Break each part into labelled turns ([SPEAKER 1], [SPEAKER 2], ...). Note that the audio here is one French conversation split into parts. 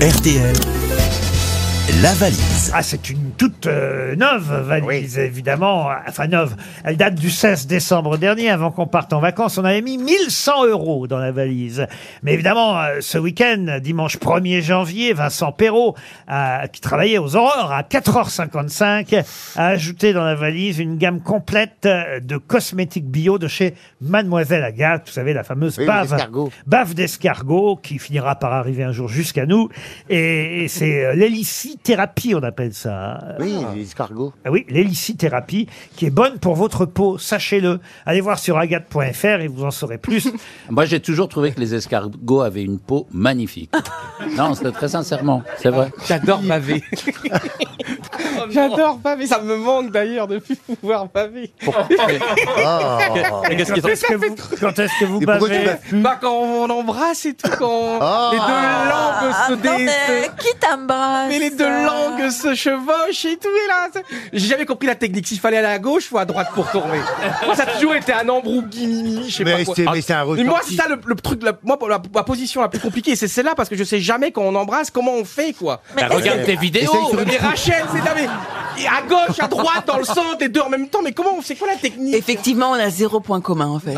[SPEAKER 1] RTL, la valise.
[SPEAKER 2] Ah, c'est une toute euh, neuve valise, évidemment. Enfin, neuve. Elle date du 16 décembre dernier. Avant qu'on parte en vacances, on avait mis 1100 euros dans la valise. Mais évidemment, euh, ce week-end, dimanche 1er janvier, Vincent Perrault, euh, qui travaillait aux Aurores à 4h55, a ajouté dans la valise une gamme complète euh, de cosmétiques bio de chez Mademoiselle Agathe. Vous savez, la fameuse
[SPEAKER 3] Oui, les
[SPEAKER 2] bave
[SPEAKER 3] escargots.
[SPEAKER 2] bave d'escargot qui finira par arriver un jour jusqu'à nous. Et, et c'est euh, l'hélicithérapie, on appelle ça. hein.
[SPEAKER 3] Oui, les escargots.
[SPEAKER 2] Ah oui, l'hélicithérapie qui est bonne pour votre peau, sachez-le. Allez voir sur agate.fr et vous en saurez plus.
[SPEAKER 4] Moi, j'ai toujours trouvé que les escargots avaient une peau magnifique. non, c'est très sincèrement, c'est vrai.
[SPEAKER 5] J'adore pavé.
[SPEAKER 6] J'adore pavé, ça me manque d'ailleurs de plus pouvoir pavé.
[SPEAKER 3] Ah.
[SPEAKER 2] Quand est-ce que vous, quand est-ce que vous bavez
[SPEAKER 6] Bah quand on embrasse et tout, quand
[SPEAKER 3] Ah.
[SPEAKER 6] les deux langues
[SPEAKER 7] Ah,
[SPEAKER 6] se
[SPEAKER 7] non,
[SPEAKER 6] dé...
[SPEAKER 7] mais
[SPEAKER 6] se-
[SPEAKER 7] qui t'embrasse
[SPEAKER 6] Mais les deux langues se chevauchent et tout, et là, c'est- j'ai jamais compris la technique. S'il fallait aller à gauche ou à droite pour tourner. moi, ça a toujours été un embrouguimimi, je sais pas
[SPEAKER 3] Mais
[SPEAKER 6] quoi.
[SPEAKER 3] c'est Ah, mais c'est un
[SPEAKER 6] Mais
[SPEAKER 3] ressenti.
[SPEAKER 6] moi, c'est ça le, le truc, la, moi, la, ma position la plus compliquée, c'est celle-là, parce que je sais jamais quand on embrasse, comment on fait, quoi.
[SPEAKER 7] Mais est-ce
[SPEAKER 4] regarde tes vidéos.
[SPEAKER 3] Essaye sur une
[SPEAKER 6] Mais Rachel, c'est là, mais- et à gauche, à droite, dans le centre, et deux en même temps, mais comment on sait quoi la technique
[SPEAKER 7] Effectivement, on a zéro point commun en fait.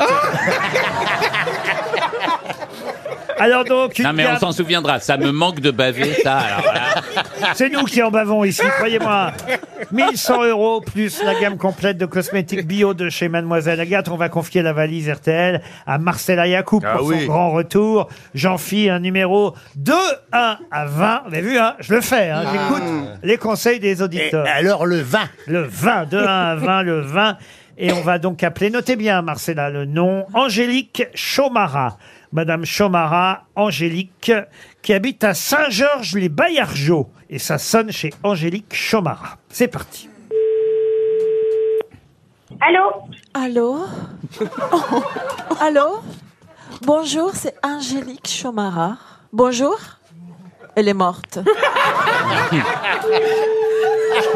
[SPEAKER 2] Alors donc, une
[SPEAKER 4] Non, mais on
[SPEAKER 2] gamme-
[SPEAKER 4] s'en souviendra. Ça me manque de baver, ça. alors là.
[SPEAKER 2] c'est nous qui en bavons ici, croyez-moi. 1100 euros plus la gamme complète de cosmétiques bio de chez Mademoiselle Agathe. On va confier la valise RTL à Marcella Yacoub pour son grand retour. J'en fis un numéro 2, 1 à 20. Vous avez vu, hein je le fais. hein, J'écoute les conseils des
[SPEAKER 3] Et
[SPEAKER 2] auditeurs.
[SPEAKER 3] alors le vin.
[SPEAKER 2] le 20, de 1 à 20, le 20. Et on va donc appeler, notez bien Marcella le nom, Angélique Chomara. Madame Chomara, Angélique, qui habite à Saint-Georges-les-Baillargeaux. Et ça sonne chez Angélique Chomara. C'est parti.
[SPEAKER 8] Allô
[SPEAKER 7] Allô Allô Bonjour, c'est Angélique Chomara. Bonjour Elle est morte.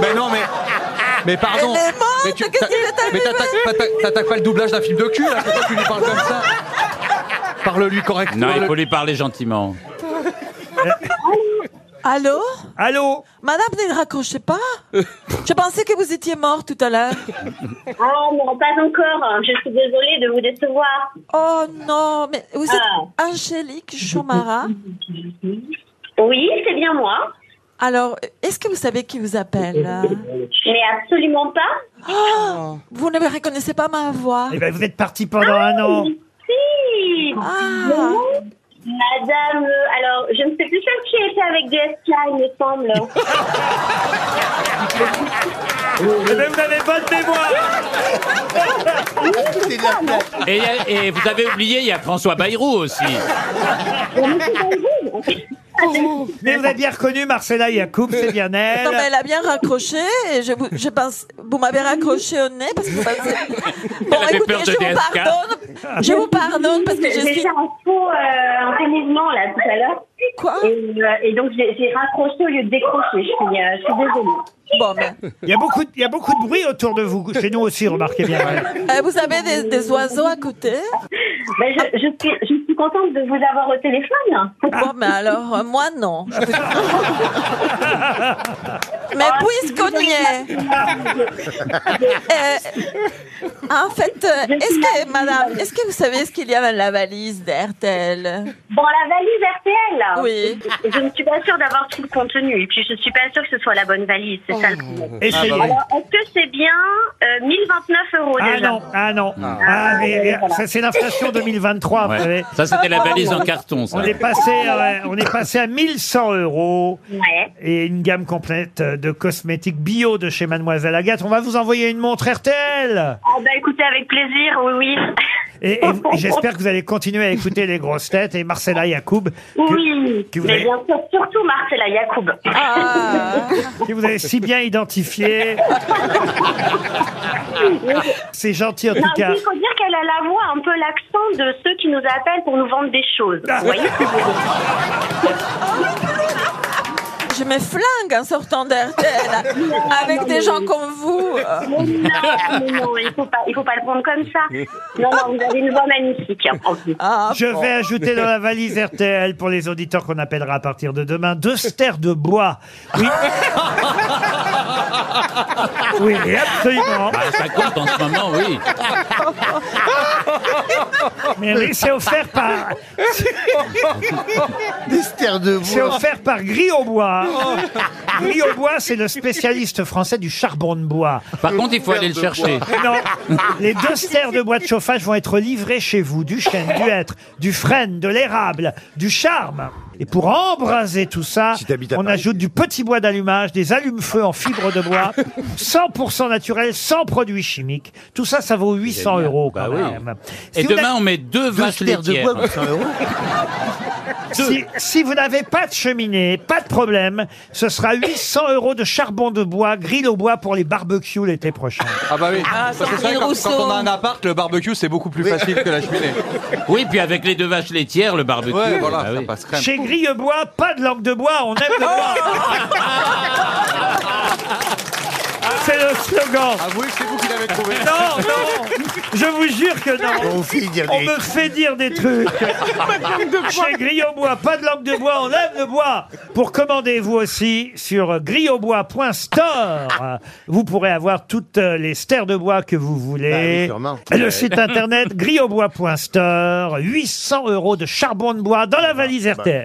[SPEAKER 5] Ben non, mais. Mais pardon.
[SPEAKER 7] Elle est morte,
[SPEAKER 5] mais tu-
[SPEAKER 7] qu'est-ce
[SPEAKER 5] t'a-
[SPEAKER 7] qu'il est
[SPEAKER 5] mais t'attaques pas- t'a- t'attaques pas le doublage d'un film de cul, là, pourquoi tu lui parles comme ça Parle-lui correctement.
[SPEAKER 4] Non, il
[SPEAKER 5] le-
[SPEAKER 4] faut lui parler gentiment.
[SPEAKER 7] Allô
[SPEAKER 2] Allô
[SPEAKER 7] Madame, ne raccrochez pas. Je pensais que vous étiez morte tout à l'heure.
[SPEAKER 8] Oh non, pas encore. Je suis désolée de vous décevoir.
[SPEAKER 7] Oh non, mais vous êtes Angélique Chomara.
[SPEAKER 8] Oui, c'est bien moi,
[SPEAKER 7] Alors, est-ce que vous savez qui vous appelle euh
[SPEAKER 8] mais absolument pas.
[SPEAKER 7] Vous ne reconnaissez pas ma voix.
[SPEAKER 2] Eh ben, vous êtes parti pendant un an. Eh
[SPEAKER 8] Si
[SPEAKER 7] Ah,
[SPEAKER 8] Madame, euh, alors, je ne sais plus celle qui était avec DSK, il me semble.
[SPEAKER 2] Eh ben, vous avez bonne mémoire.
[SPEAKER 3] C'est de la place.
[SPEAKER 4] Et, il y a- et vous avez oublié, il y a François Bayrou aussi.
[SPEAKER 2] Mais vous avez bien reconnu Marcella Yacoub, c'est bien elle.
[SPEAKER 7] non, mais elle a bien raccroché et je, vous- je pense, vous m'avez raccroché au nez parce que vous pensez- Bon,
[SPEAKER 4] Elle avait peur de
[SPEAKER 7] je vous
[SPEAKER 4] DSK.
[SPEAKER 7] pardonne. Je vous pardonne parce que je
[SPEAKER 8] J'ai
[SPEAKER 7] suis.
[SPEAKER 8] fait un faux euh, un déniement, là tout à l'heure.
[SPEAKER 7] Quoi
[SPEAKER 8] Et, euh, et donc, j'ai j'ai raccroché au lieu de décrocher. Je suis, euh, je suis désolée.
[SPEAKER 7] Bon, mais,
[SPEAKER 2] Il y, a beaucoup de, il y a beaucoup de bruit autour de vous. Chez nous aussi, remarquez bien.
[SPEAKER 7] euh, vous avez des, des oiseaux à côté.
[SPEAKER 8] Ben, je, je, suis, je suis contente de vous avoir au téléphone.
[SPEAKER 7] Bon, mais alors, euh, moi, non. Je vous- mais puisqu'on y est. euh, en fait, euh, est-ce que, madame, est-ce que vous savez ce qu'il y a dans la valise d'RTL
[SPEAKER 8] Dans la valise RTL.
[SPEAKER 7] Oui.
[SPEAKER 8] Je ne suis pas sûre d'avoir tout le contenu. Et puis, je ne suis pas sûre que ce soit la bonne valise. C'est ça le
[SPEAKER 7] Oh.
[SPEAKER 8] problème.
[SPEAKER 2] Essayez.
[SPEAKER 8] Alors, est-ce que c'est bien euh, 1029 euros
[SPEAKER 2] Ah
[SPEAKER 8] déjà
[SPEAKER 2] non, ah non. Ah, mais, mais, ça, c'est l'inflation 2023, vous savez.
[SPEAKER 4] Ouais. Ça, c'était la valise en carton, ça.
[SPEAKER 2] On est passé, à, on est passé à 1100 euros
[SPEAKER 8] Ouais.
[SPEAKER 2] et une gamme complète de cosmétiques bio de chez Mademoiselle Agathe. On va vous envoyer une montre RTL.
[SPEAKER 8] Ah bah écoutez, avec plaisir, oui, oui.
[SPEAKER 2] Et, et- et j'espère que vous allez continuer à écouter les grosses têtes et Marcella Yacoub, que,
[SPEAKER 8] Oui,
[SPEAKER 2] que vous
[SPEAKER 8] mais
[SPEAKER 2] avez-
[SPEAKER 8] bien sûr, surtout Marcella Yacoub.
[SPEAKER 7] Ah.
[SPEAKER 2] que vous avez si bien identifié. C'est gentil en
[SPEAKER 8] Non,
[SPEAKER 2] tout cas.
[SPEAKER 8] il faut dire qu'elle a la voix, un peu l'accent de ceux qui nous
[SPEAKER 2] Ah.
[SPEAKER 8] appellent pour nous vendre des choses. Vous voyez
[SPEAKER 7] je me flingue en sortant d'RTL avec des gens comme vous.
[SPEAKER 8] Mais non, mais non, il faut pas, il faut pas le prendre comme ça. Non, non, vous avez une voix magnifique. hein, en plus.
[SPEAKER 7] Ah,
[SPEAKER 2] Je
[SPEAKER 7] bon.
[SPEAKER 2] vais ajouter dans la valise RTL pour les auditeurs qu'on appellera à partir de demain deux stères de bois. Oui. oui, absolument.
[SPEAKER 4] Bah, ça compte en ce moment, oui.
[SPEAKER 2] Mais oui, c'est offert par
[SPEAKER 3] Des stères de
[SPEAKER 2] c'est
[SPEAKER 3] bois.
[SPEAKER 2] offert par Gris au bois.
[SPEAKER 7] Oh.
[SPEAKER 2] Gris au bois, c'est le spécialiste français du charbon de bois.
[SPEAKER 4] Par contre, il faut aller le chercher.
[SPEAKER 2] Non, les deux stères de bois de chauffage vont être livrés chez vous, du chêne, du hêtre, du frêne, de l'érable, du charme. Et pour embraser tout ça,
[SPEAKER 9] t'habites à
[SPEAKER 2] on
[SPEAKER 9] Paris.
[SPEAKER 2] ajoute du petit bois d'allumage, des allumes-feu en fibre de bois, 100% naturel, sans produits chimiques. Tout ça, ça vaut 800
[SPEAKER 4] Génial.
[SPEAKER 2] euros quand
[SPEAKER 4] Bah oui.
[SPEAKER 2] même. Si
[SPEAKER 4] Et
[SPEAKER 2] vous
[SPEAKER 4] demain, on met deux
[SPEAKER 3] Deux
[SPEAKER 4] vaches
[SPEAKER 3] stères de
[SPEAKER 4] laitières.
[SPEAKER 3] bois pour 100 euros.
[SPEAKER 2] Si, si vous n'avez pas de cheminée, pas de problème, ce sera 800 euros de charbon de bois, grille au bois pour les barbecues l'été prochain.
[SPEAKER 5] Ah bah oui. Parce que c'est vrai,
[SPEAKER 7] Sandrine
[SPEAKER 5] quand,
[SPEAKER 7] Rousseau.
[SPEAKER 5] quand on a un appart, le barbecue, c'est beaucoup plus facile que la cheminée.
[SPEAKER 4] Oui, puis avec les deux vaches laitières, le barbecue.
[SPEAKER 5] Ouais, voilà,
[SPEAKER 4] bah
[SPEAKER 5] ça
[SPEAKER 4] oui.
[SPEAKER 5] passe crème.
[SPEAKER 2] Chez Grillebois, pas de langue de bois, on aime le bois. C'est le slogan.
[SPEAKER 5] Avouez que c'est vous qui l'avez trouvé.
[SPEAKER 3] Ah.
[SPEAKER 2] Non, non, je vous jure que non.
[SPEAKER 3] On fait dire
[SPEAKER 2] On
[SPEAKER 3] des...
[SPEAKER 2] me fait dire des trucs. Chez Grillebois, pas de langue de bois, on aime le bois. Pour commander vous aussi sur grillebois.store, vous pourrez avoir toutes euh, les stères de bois que vous
[SPEAKER 3] Bah oui,
[SPEAKER 2] voulez.
[SPEAKER 3] sûrement.
[SPEAKER 2] Le site
[SPEAKER 3] Ah, bah,
[SPEAKER 2] internet grillebois.store, 800 euros de charbon de bois dans la valise RTL.